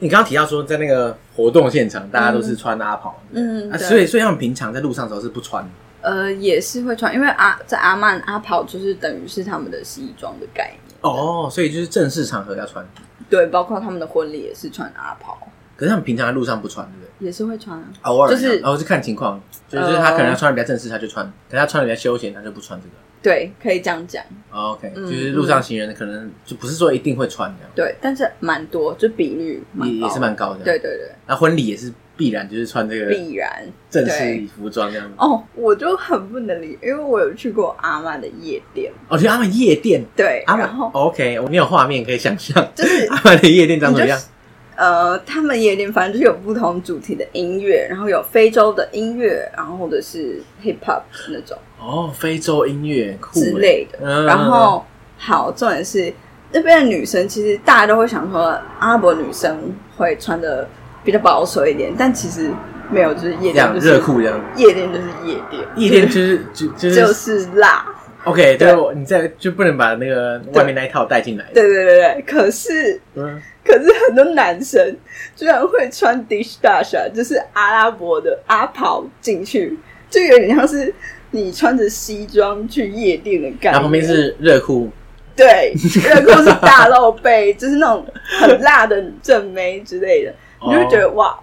你刚刚提到说，在那个活动现场，大家都是穿阿袍，对不对
嗯
啊，
对
所以所以他们平常在路上的时候是不穿的，
呃，也是会穿，因为阿在阿曼阿袍就是等于是他们的西装的概念，
哦，所以就是正式场合要穿，
对，包括他们的婚礼也是穿阿袍，
可是他们平常在路上不穿，对不对？
也是会穿啊。
偶尔啊
就是
然后是看情况，就是
呃
就是他可能要穿的比较正式，他就穿；，可能他穿的比较休闲，他就不穿这个。
对，可以这样讲，
哦 OK，就
嗯
是路上行人可能就不是说一定会穿这样，
对，但是蛮多，就比率蛮
也
高
也是蛮高的。
对，对对，
那婚礼也是必然就是穿这个
必然
正
对
式服装这样。
哦，我就很不能理，因为我有去过阿曼的夜店，
哦，就他们夜店，
对，
阿
然
曼
后
OK，我没有画面可以想象
就是
阿曼的夜店长什么样
你。呃，他们夜店反正就是有不同主题的音乐，然后有非洲的音乐，然后或者是 hip hop 那种
哦，非洲音乐酷
之
欸，
类的。
嗯
然后好，重点是那边的女生，其实大家都会想说，阿拉伯女生会穿的比较保守一点，但其实没有，就是夜
这样
店就是
热裤这样。
夜店就是夜店，
夜店就是就就
就是是辣。
OK，
对
对，我你在就不能把那个外面那一套带进来。
对对对对，可是
嗯，
可是很多男生居然会穿 dish dash，就是阿拉伯的阿袍进去，就有点像是你穿着西装去夜店的
然
感觉。
后旁边是热裤，
对，热裤是大露背，就是那种很辣的正妹之类的，
哦
你就会觉得哇，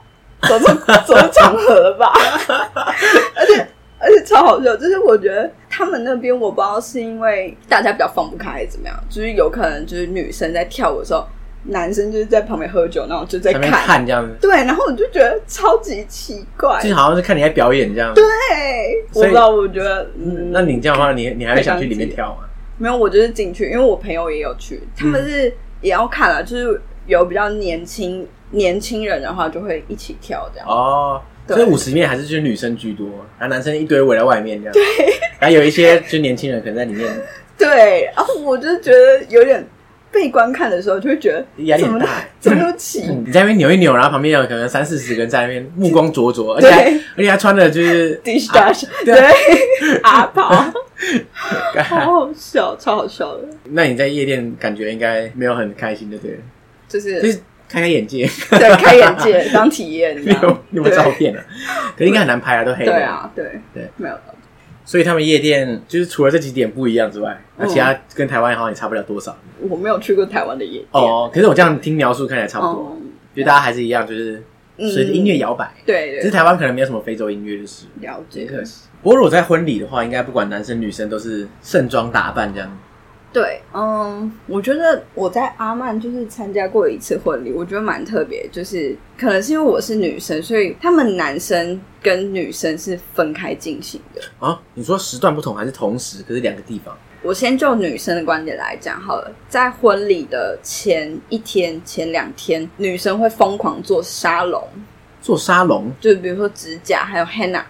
走错走错场合 了吧？而且而且超好笑，就是我觉得他们那边我不知道是因为大家比较放不开还是怎么样，就是有可能就是女生在跳舞的时候，男生就是在旁边喝酒，然后就在
在那
看，
边哦看这样子，
对，然后我就觉得超级奇怪，
就是好像是看你在表演这样。
对，我
所以
不知道，我觉得嗯，
那你这样的话，你你还会想去里面跳吗？
没有，我就是进去，因为我朋友也有去，他们
嗯
是也要看了，就是有比较年轻年轻人的话，就会一起跳这样。
哦，
对
所以舞池里面还是就是女生居多，然后男生一堆围在外面这样。对，然后有一些就年轻人可能在里 面
对，然后我就觉得有点被观看的时候，就会觉得
压力
怎
很
么
大。
怎么那么奇
嗯你在那边扭一扭，然后旁边有可能三四十个人在那边目光灼灼，而且
对
还而且还穿的就是
，dish dash，对，
啊
阿 跑，好好笑，超好笑的，
那你在夜店感觉应该没有很开心，对不对了？
就是
就是开开眼界，
对开眼界当体验 这样，
有有没有
对
照片啊？可是应该很难拍啊，都黑的。
对啊，对
对，
没有照片
所以他们夜店就是除了这几点不一样之外，那
嗯
其他跟台湾好像也差不了多少。
我没有去过台湾的夜店，
哦，可是我这样听描述看起来差不多，
哦，
就大家还是一样，就是随着音乐摇摆。
嗯对
只是
对，
台湾可能没有什么非洲音乐，就是
了
很
解，
可惜。不过如果在婚礼的话，应该不管男生女生都是盛装打扮这样。
对，嗯，我觉得我在阿曼就是参加过一次婚礼，我觉得蛮特别，就是可能是因为我是女生，所以他们男生跟女生是分开进行的。
啊，你说时段不同还是同时？可是两个地方
我先就女生的观点来讲好了，在婚礼的前一天、前两天，女生会疯狂做沙龙，
做沙龙，
就是比如说指甲，还 有 henna，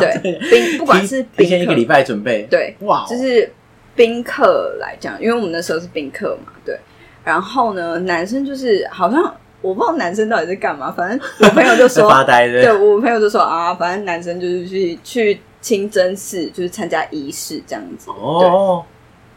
对，宾不管是
提
宾
提前一
客
个礼拜准备，
对，
哇哦，
就是宾客来讲，因为我们那时候是宾客嘛，对。然后呢，男生就是好像我不知道男生到底在干嘛，反正我朋友 就
在发
说，
呆对
对
不对。
我朋友就说啊，反正男生就是去去清真寺，就是参加仪式这样子。对，
哦，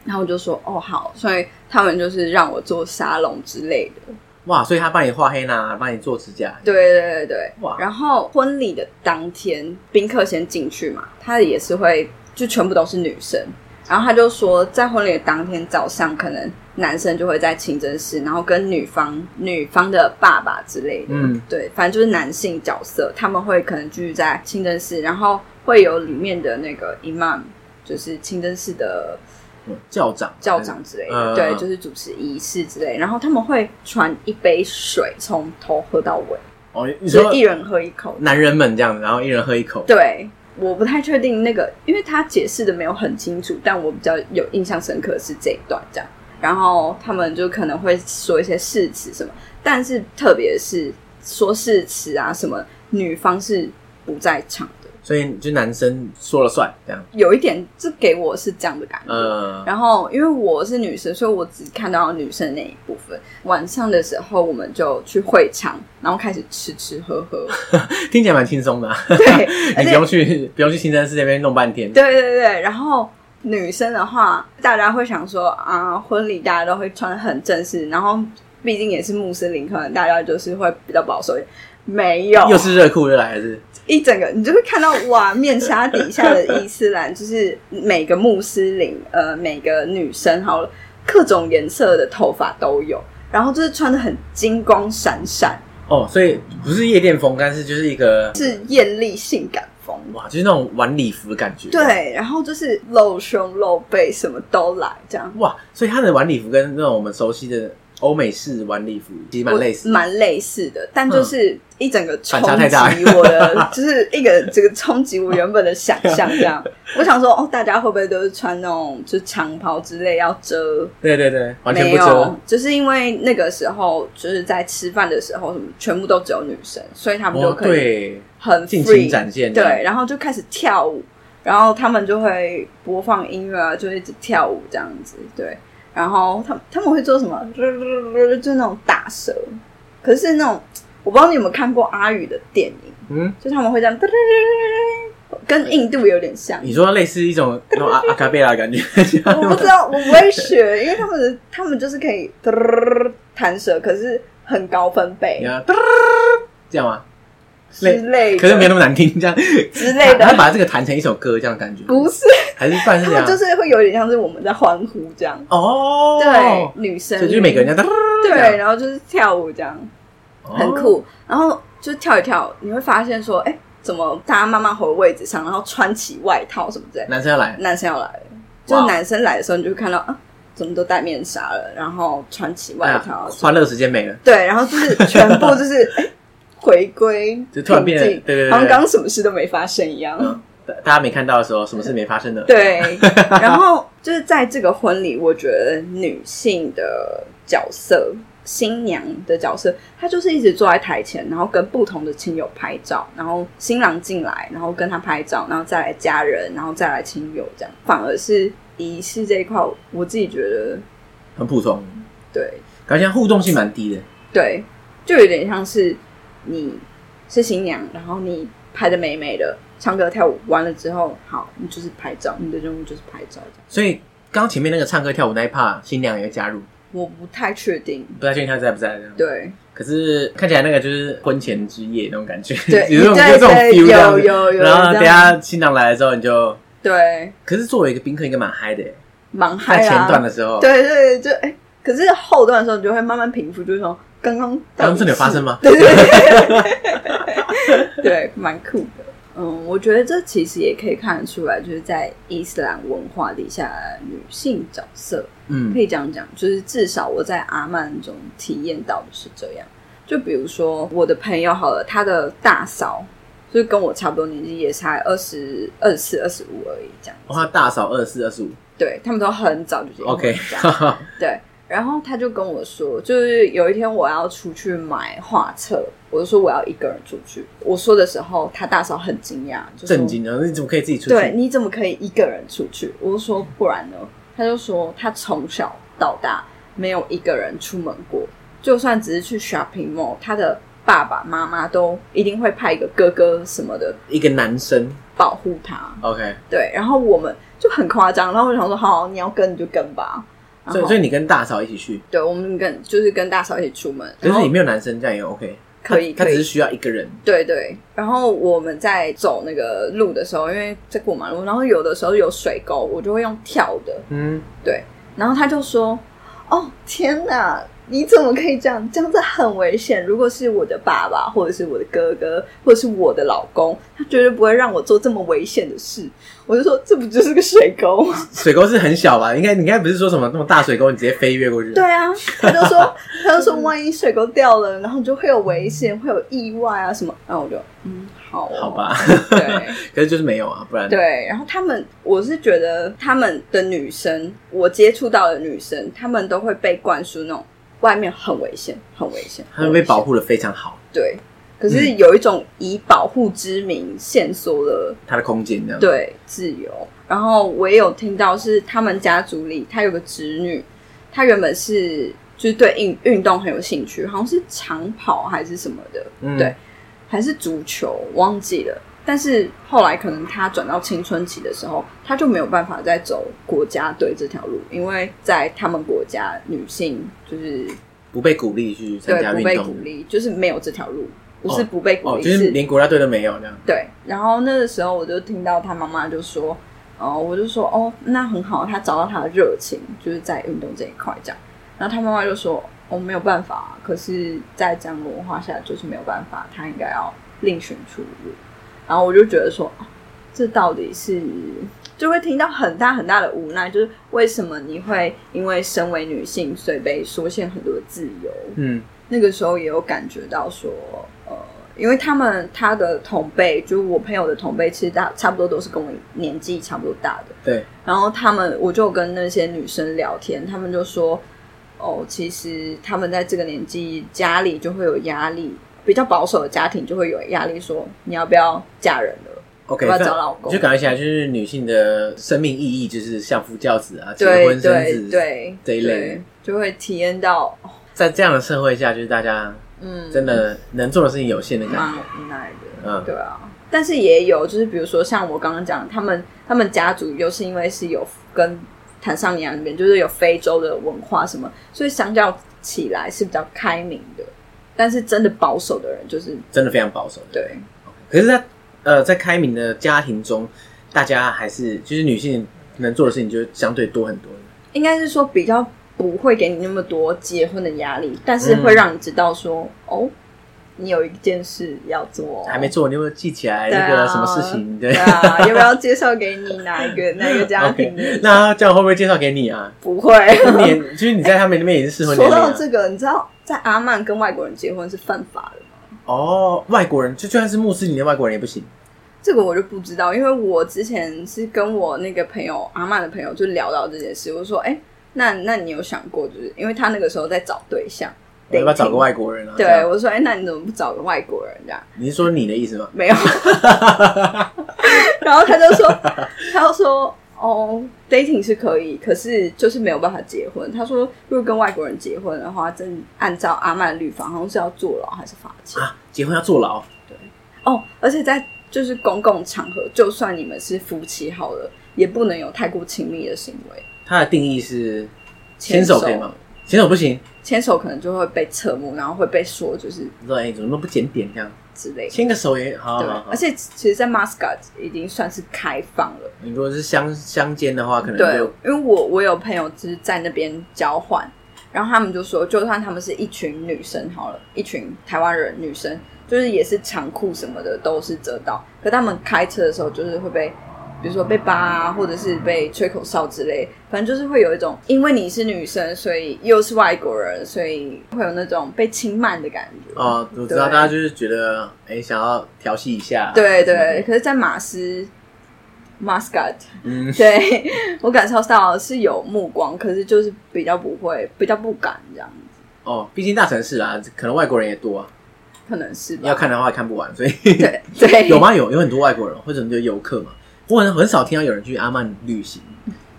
然后我就说哦好，所以他们就是让我做沙龙之类的。
哇，所以他帮你画黑呢，帮你做指甲，
对对对对，
哇
然后婚礼的当天，宾客先进去嘛，他也是会就全部都是女生。然后他就说，在婚礼的当天早上，可能男生就会在清真寺，然后跟女方、女方的爸爸之类的，
嗯，
对，反正就是男性角色，他们会可能聚在清真寺，然后会有里面的那个 imam，就是清真寺的
嗯教长，
教长之类的，
嗯
对，就是主持仪式之类的。然后他们会传一杯水，从头喝到尾。
哦，你
就
说
是一人喝一口。
男人们这样子，然后一人喝一口，
对，我不太确定那个，因为他解释的没有很清楚，但我比较有印象深刻的是这一段这样。然后他们就可能会说一些誓词什么，但是特别是说誓词啊什么，女方是不在场的，
所以就男生说了算这样。
有一点这给我是这样的感觉。
呃，
然后因为我是女生，所以我只看到女生那一部分。晚上的时候，我们就去会场，然后开始吃吃喝喝。
听起来蛮轻松的啊、
对，而
你不
且
用去不用去新山寺那边弄半天。
对对对，然后。女生的话，大家会想说啊，婚礼大家都会穿得很正式，然后毕竟也是穆斯林，可能大家就是会比较保守一点。没有，
又是热裤又来了是
一整个，你就会看到哇，面纱底下的伊斯兰，就是每个穆斯林，呃，每个女生好了，各种颜色的头发都有，然后就是穿的很金光闪闪，
哦，所以不是夜店风，但是就是一个
是艳丽性感风。
哇，就是那种晚礼服的感觉。，
对，然后就是露胸露背，什么都来，这样
哇，所以他的晚礼服跟那种我们熟悉的欧美式晚礼服其实蛮类似
我
的。嗯
蛮类似的，但就是一整个冲
反差太大
击我 的，就是一个这个冲击我原本的想象。这样，我想说，哦，大家会不会都是穿那种就长袍之类要遮
对对对，完全
没
不遮
有，。就是因为那个时候就是在吃饭的时候，什么全部都只有女生，所以他们就
哦，
可以
对，
很
尽
free，
情展现。
对，，然后就开始跳舞，然后他们就会播放音乐啊，就一直跳舞这样子，对。然后他们他们会做什么？就那种打蛇，可是那种我不知道你有没有看过阿宇的电影，
嗯，
就他们会这样，跟印度有点像。
你说类似一种那种阿阿卡贝拉的感觉，
我不知道，我不会学，因为他们的他们就是可以弹舌，可是很高分贝
你看，这样吗？
之类的，
可是没那么难听，这样
之类
他
的，
把这个弹成一首歌，这样的感觉
不是，
还是算
他
是这样啊
们，就是会有点像是我们在欢呼这样，
哦，
对，，女生，
所以就是每个人这样这样哦
对，然后就是跳舞这样，很酷，然后就跳一跳，你会发现说，哎，怎么大家慢慢回位置上，然后穿起外套什么之类的，
男生要来，
男生要来了，就
哇
男生来的时候，你就会看到啊，怎么都戴面纱了，然后穿起
哎
外
呀
套，
欢乐时间没了，
对，然后就是全部就是哎回归，
就突然变得
平静
对对对
好像刚刚什么事都没发生一样。
嗯大大家没看到的时候，什么事没发生的，，
对，然后就是在这个婚礼，我觉得女性的角色，新娘的角色，她就是一直坐在台前，然后跟不同的亲友拍照，然后新郎进来，然后跟他拍照，然后再来家人，然后再来亲友，这样反而是仪式这一块，我自己觉得
很普通，
对
感觉互动性蛮低的，
对，就有点像是你是新娘，然后你拍的美美的，唱歌跳舞完了之后，好，你就是拍照，你的任务就是拍照。这样
所以。刚刚前面那个唱歌跳舞那一趴，新娘也会加入，
我不太确定，
不太确定她在不在这样。
对
可是看起来那个就是婚前之夜那种感觉，
对
有这种
对
有这种
对
feel 这样
有
子
有有，
然后等
这
一
样
下新郎来的时候，你就，
对
可是作为一个宾客，应该蛮嗨的耶，
蛮嗨
在
啦
前段的时候，，
对对对，就哎，可是后段的时候你就会慢慢平复，就是说刚刚到
刚刚
底
真的有发生吗？
对对对，对， 蛮酷的。嗯，我觉得这其实也可以看得出来，就是在伊斯兰文化底下，女性角色
嗯
可，以这样讲，就是至少我在阿曼中体验到的是这样。就比如说我的朋友好了，她的大嫂就是跟我差不多年纪，也才二十二四、二十五而已，这样。
哇，大嫂二四二十五
对他们都很早就结婚
，OK，
这样对，然后他就跟我说，就是有一天我要出去买画册，我就说我要一个人出去。我说的时候，他大嫂很惊讶，就说
震，惊了，你怎么可以自己出
对，
去？
你怎么可以一个人出去？我就说不然呢？他就说他从小到大没有一个人出门过，就算只是去 shopping mall，他的爸爸妈妈都一定会派一个哥哥什么的
一个男生
保护他。
，OK，
对，然后我们就很夸张，然后我想说，好，你要跟你就跟吧。然
所以
后
所以你跟大嫂一起去，
对，我们跟就是跟大嫂一起出门，
可
然
是
后
你没有男生，这样也 OK，
可以
他
可
他
以
只是需要一个人，
对对，然后我们在走那个路的时候，因为在过马路，然后有的时候有水沟，我就会用跳的，
嗯，
对，然后他就说：“哦，天哪，你怎么可以这样？这样子很危险。如果是我的爸爸，或者是我的哥哥，或者是我的老公，他绝对不会让我做这么危险的事。我就说，这不就是个水沟吗？
水沟是很小吧？应该你应该不是说什么那种大水沟，你直接飞跃过去。
对，啊，他就说， 他就说，万一水沟掉了，然后就会有危险，会有意外啊什么。然后我就，嗯，好、哦，
好，吧。
对。
可是就是没有啊，不然
对，然后他们，我是觉得他们的女生，我接触到的女生，她们都会被灌输那种外面很危险，很危险，
他们被保
护。
护的非常好，
对，可是有一种以保护之名限缩了
它的空间这样。，
对自由。然后我也有听到是他们家族里，她有个侄女，她原本是就是对运运动很有兴趣，好像是长跑还是什么的，
嗯
对，还是足球，忘记了。但是后来可能她转到青春期的时候，她就没有办法再走国家队这条路，因为在他们国家女性就是
不被鼓励去参
对
加
不
运
被鼓
动。
励，就是没有这条路，不是
哦
不被鼓
哦，
励，
就是连国家队都没有这样。
对，然后那个时候我就听到他妈妈就说，哦，我就说哦，那很好，他找到他的热情，就是在运动这一块这样。然后他妈妈就说，哦，没有办法、啊，可是再这样文化下来就是没有办法，他应该要另寻出路。然后我就觉得说，哦这到底是就会听到很大很大的无奈，就是为什么你会因为身为女性，所以被缩限很多的自由？
嗯，
那个时候也有感觉到说，呃，因为他们他的同辈，就是我朋友的同辈，其实大差不多都是跟我年纪差不多大的。
对，
然后他们，我就跟那些女生聊天，他们就说，哦，其实他们在这个年纪，家里就会有压力，比较保守的家庭就会有压力说，你要不要嫁人了？
OK，
要不要
那
找老公
就感觉起来就是女性的生命意义就是相夫教子啊，结
对
婚生
对
子。，
对，
这一类
对，就会体验到，哦
在这样的社会下，就是大家
嗯，
真的能做的事情有限的感
蛮
觉。
无奈的。
嗯
对啊，但是也有，就是比如说像我刚刚讲，他们他们家族又是因为是有跟坦桑尼亚那边就是有非洲的文化什么，所以相较起来是比较开明的。但是真的保守的人就是
真的非常保守。
对，
可是在，呃，在开明的家庭中，大家还是就是女性能做的事情就相对多很多。
应该是说比较不会给你那么多结婚的压力，但是会让你知道说、哦，你有一件事要做哦，
还没做，你有没有记起来
对啊
那个什么事情？对
对啊，要不要介绍给你哪 一个哪一个家庭
OK，那这样会不会介绍给你啊？
不会。
你就是你在他们那边也是适婚年
说
龄、
到
啊。
这个，你知道在阿曼跟外国人结婚是犯法的吗？
哦，外国人就就算是穆斯林的外国人也不行。
这个我就不知道，因为我之前是跟我那个朋友阿曼的朋友就聊到这件事，我说：“哎、那那你有想过，就是因为他那个时候在找对象，
我要不要找个外国人啊？这
对
样
我说：哎、那你怎么不找个外国人这样？”
你是说你的意思吗？
没有。 然后他就说，他就说，哦，dating 是可以，可是就是没有办法结婚。他说，如果跟外国人结婚的话，真按照阿曼律法，好像是要坐牢还是罚钱
啊，结婚要坐牢，
哦。而且在就是公共场合，就算你们是夫妻好了，也不能有太过亲密的行为。
它的定义是
牵
牵
手
手可以吗？牵手不行，
牵手可能就会被侧目，然后会被说就是
你知道哎，怎么都不检点这样，
之类的。
牵个手啊也好
对
好，好
而。且其实，在 Muscat 已经算是开放了。
你如果是相相间的话，可能
对
就，
因为我我有朋友就是在那边交换，然后他们就说，就算他们是一群女生好了，一群台湾人女生，就是也是长裤什么的都是遮到，可他们开车的时候就是会被，比如说被扒啊，或者是被吹口哨之类，反正就是会有一种，因为你是女生，所以又是外国人，所以会有那种被轻慢的感觉。
哦，我知道
对
大家就是觉得哎，想要调戏一下，
对对，，可是，在马斯 Muscat
嗯，
对我感受到是有目光，可是就是比较不会，比较不敢这样子，
哦，毕竟大城市啊，可能外国人也多啊，
可能是吧。
要看的话看不完， 所以
对对
有？吗？有有很多外国人或者你就游客嘛，我很很少听到有人去阿曼旅行，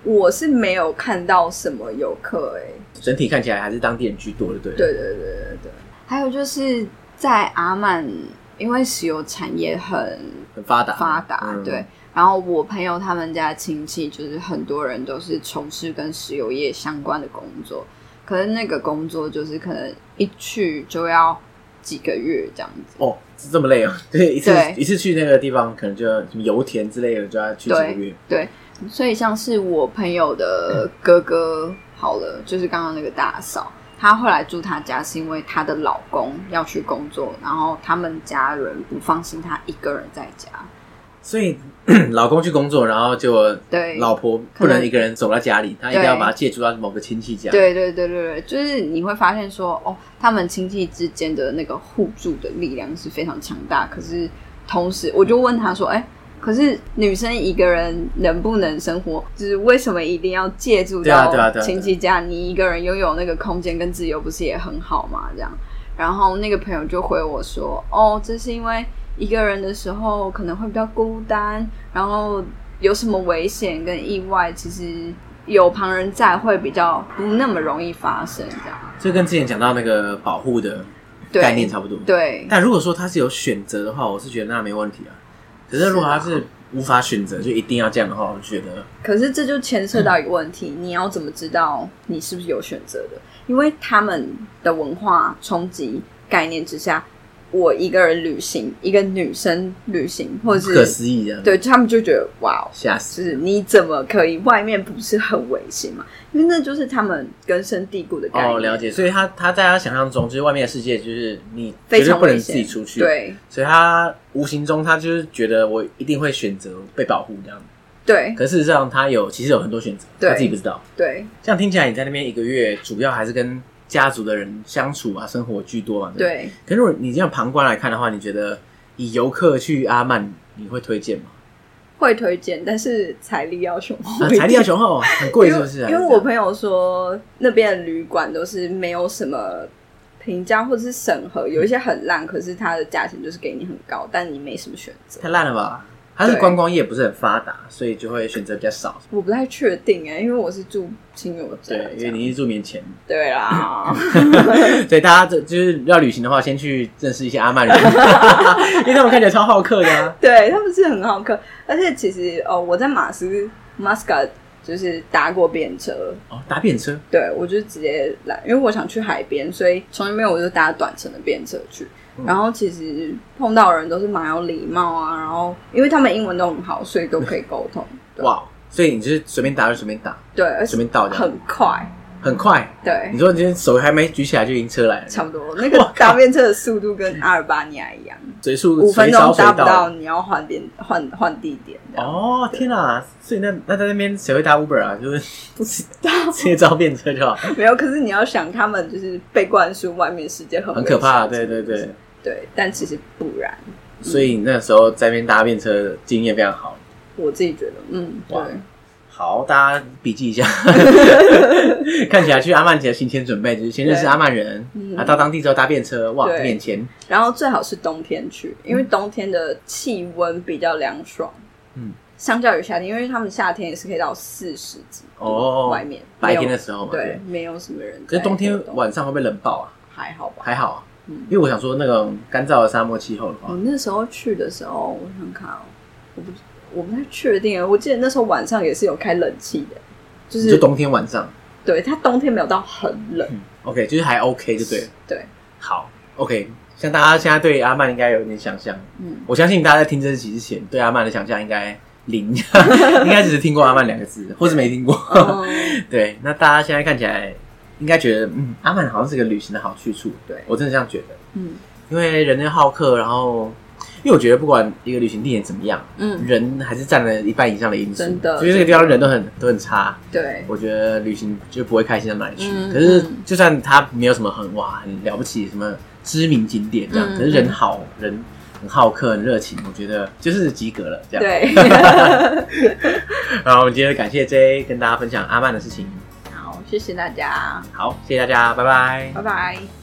我是没有看到什么游客哎、
整体看起来还是当地人居多的，对了
对对对对对。还有就是在阿曼，因为石油产业很
很发达
发达，
嗯
对。然后我朋友他们家亲戚就是很多人都是从事跟石油业相关的工作，可是那个工作就是可能一去就要几个月这样子。
哦，是这么累哦， 对，一次
对
一次去那个地方，可能就要什么油田之类的，就要去几个月
对。对，所以像是我朋友的哥哥，好了，就是刚刚那个大嫂，她会来住她家，是因为她的老公要去工作，然后他们家人不放心她一个人在家。
所以 老公去工作，然后就
对，
老婆不能一个人走到家里，她一定要把她借住到某个亲戚家。
对对对对对，就是你会发现说，哦，他们亲戚之间的那个互助的力量是非常强大。可是同时，我就问他说，哎、可是女生一个人能不能生活？就是为什么一定要借助
对啊对啊
到
对啊
亲戚家？你一个人拥有那个空间跟自由，不是也很好吗？这样，然后那个朋友就回我说，哦，这是因为一个人的时候可能会比较孤单，然后有什么危险跟意外，其实有旁人在会比较不那么容易发生，这样。
这跟之前讲到那个保护的
对
概念差不多。
对，
但如果说他是有选择的话，我是觉得那没问题啊。可是如果他是无法选择，就一定要这样的话，我觉得
可是这就牵涉
嗯
到一个问题，你要怎么知道你是不是有选择的？因为他们的文化冲击概念之下，我一个人旅行，一个女生旅行，或
不可
者是
思议这样。，
对他们就觉得哇，
吓
就
死！
是你怎么可以外面不是很危险嘛？因为那就是他们根深蒂固的概念，
哦，了解。所以他他在他想象中，就是外面的世界，就是你
非
绝对
常
不能
危
自
险。
己出去。，
对
所以他无形中他就是觉得我一定会选择被保护这样。
对
可事实上，他有其实有很多选择，
对
他自己不知道。
对
这样听起来，你在那边一个月，主要还是跟家族的人相处啊，生活居多嘛。不。
对，
可是如果你这样旁观来看的话，你觉得以游客去阿曼，你会推荐吗？
会推荐，但是财力要求
啊，财力要雄 厚，很贵是不是？啊
因
还是怎
为因为
样
我朋友说那边的旅馆都是没有什么评价或者是审核，
嗯
有一些很烂，可是它的价钱就是给你很高，但你没什么选择。
太烂了吧？它是
对
观光业不是很发达，所以就会选择比较少。
我不太确定哎、因为我是住亲友家，
对，因
这
为
样
你是住免钱，
对 啊啦，
所以大家这就是要旅行的话，先去认识一些阿曼人， 因为他们看起来超好客的、 啊。
对他们是很好客，而且其实哦，我在马斯马斯卡就是搭过便车，
哦，打扁车，
对，我就直接来，因为我想去海边，所以从来没有我就搭短程的便车去。
嗯
然后其实碰到的人都是蛮有礼貌啊，然后因为他们英文都很好，所以都可以沟 通。对
哇！哦所以你就是随便打就随便打，
对，而
随
且
便到这样，
很哎快，
很快。
对
你，说你今天手还没举起来就迎车来了，
差不多。那个搭便车的速度跟阿尔巴尼亚一样，
随速
五分钟
随招
搭不
随
到，你要换点换换地点这样。
哦，天哪！所以那那在那边谁会搭 Uber 啊？就是不知道，直接招便车就好，
没有，可是你要想，他们就是被灌输外面世界很
很可怕。啊
危
对
险
对对，
对，但其实不然，
所以你那时候在那边搭便车的经验非常好。
我自己觉得，嗯，对
哇。好，大家笔记一 下。看起来去阿曼节行前准备就是先认识阿曼人，啊，到当地之后搭便车，哇，
对
免钱，
然后最好是冬天去，因为冬天的气温比较凉爽。
嗯，
相较于夏天，因为他们夏天也是可以到四十几度
哦
外面
白天的
时
时候嘛。
对，，没有什么人在活动。
可是冬天晚上会不会冷爆啊？
还好吧？
还好啊，
嗯
因为我想说那种干燥的沙漠气候的话
哦我，那时候去的时候，我想看哦，我不我不太确定，我记得那时候晚上也是有开冷气的，就
就是冬天晚上嗯
对它冬天没有到很冷，
，OK，就是还 OK 就对了。
对，
好，OK，像大家现在对阿曼应该有点想象，
嗯，
我相信大家在听这集之前，对阿曼的想象应该零， 应该只是听过阿曼两个字，或是没听过。
嗯
对，那大家现在看起来应该觉得，嗯，阿曼好像是个旅行的好去处。
对
我真的这样觉得，
嗯
因为人类好客，然后因为我觉得不管一个旅行地点怎么样，
嗯，
人还是占了一半以上的因素。
真的
所以这个地方人都很都很差，
对
我觉得旅行就不会开心到哪里去。
嗯
可是
嗯
就算他没有什么很哇很了不起什么知名景点这样，
嗯
可是人好人。很好客，很热情，我觉得就是及格了这样。
对，
然后我们今天感谢 J 跟大家分享阿曼的事情。
好，谢谢大家，
好，谢谢大家，拜拜。
拜拜。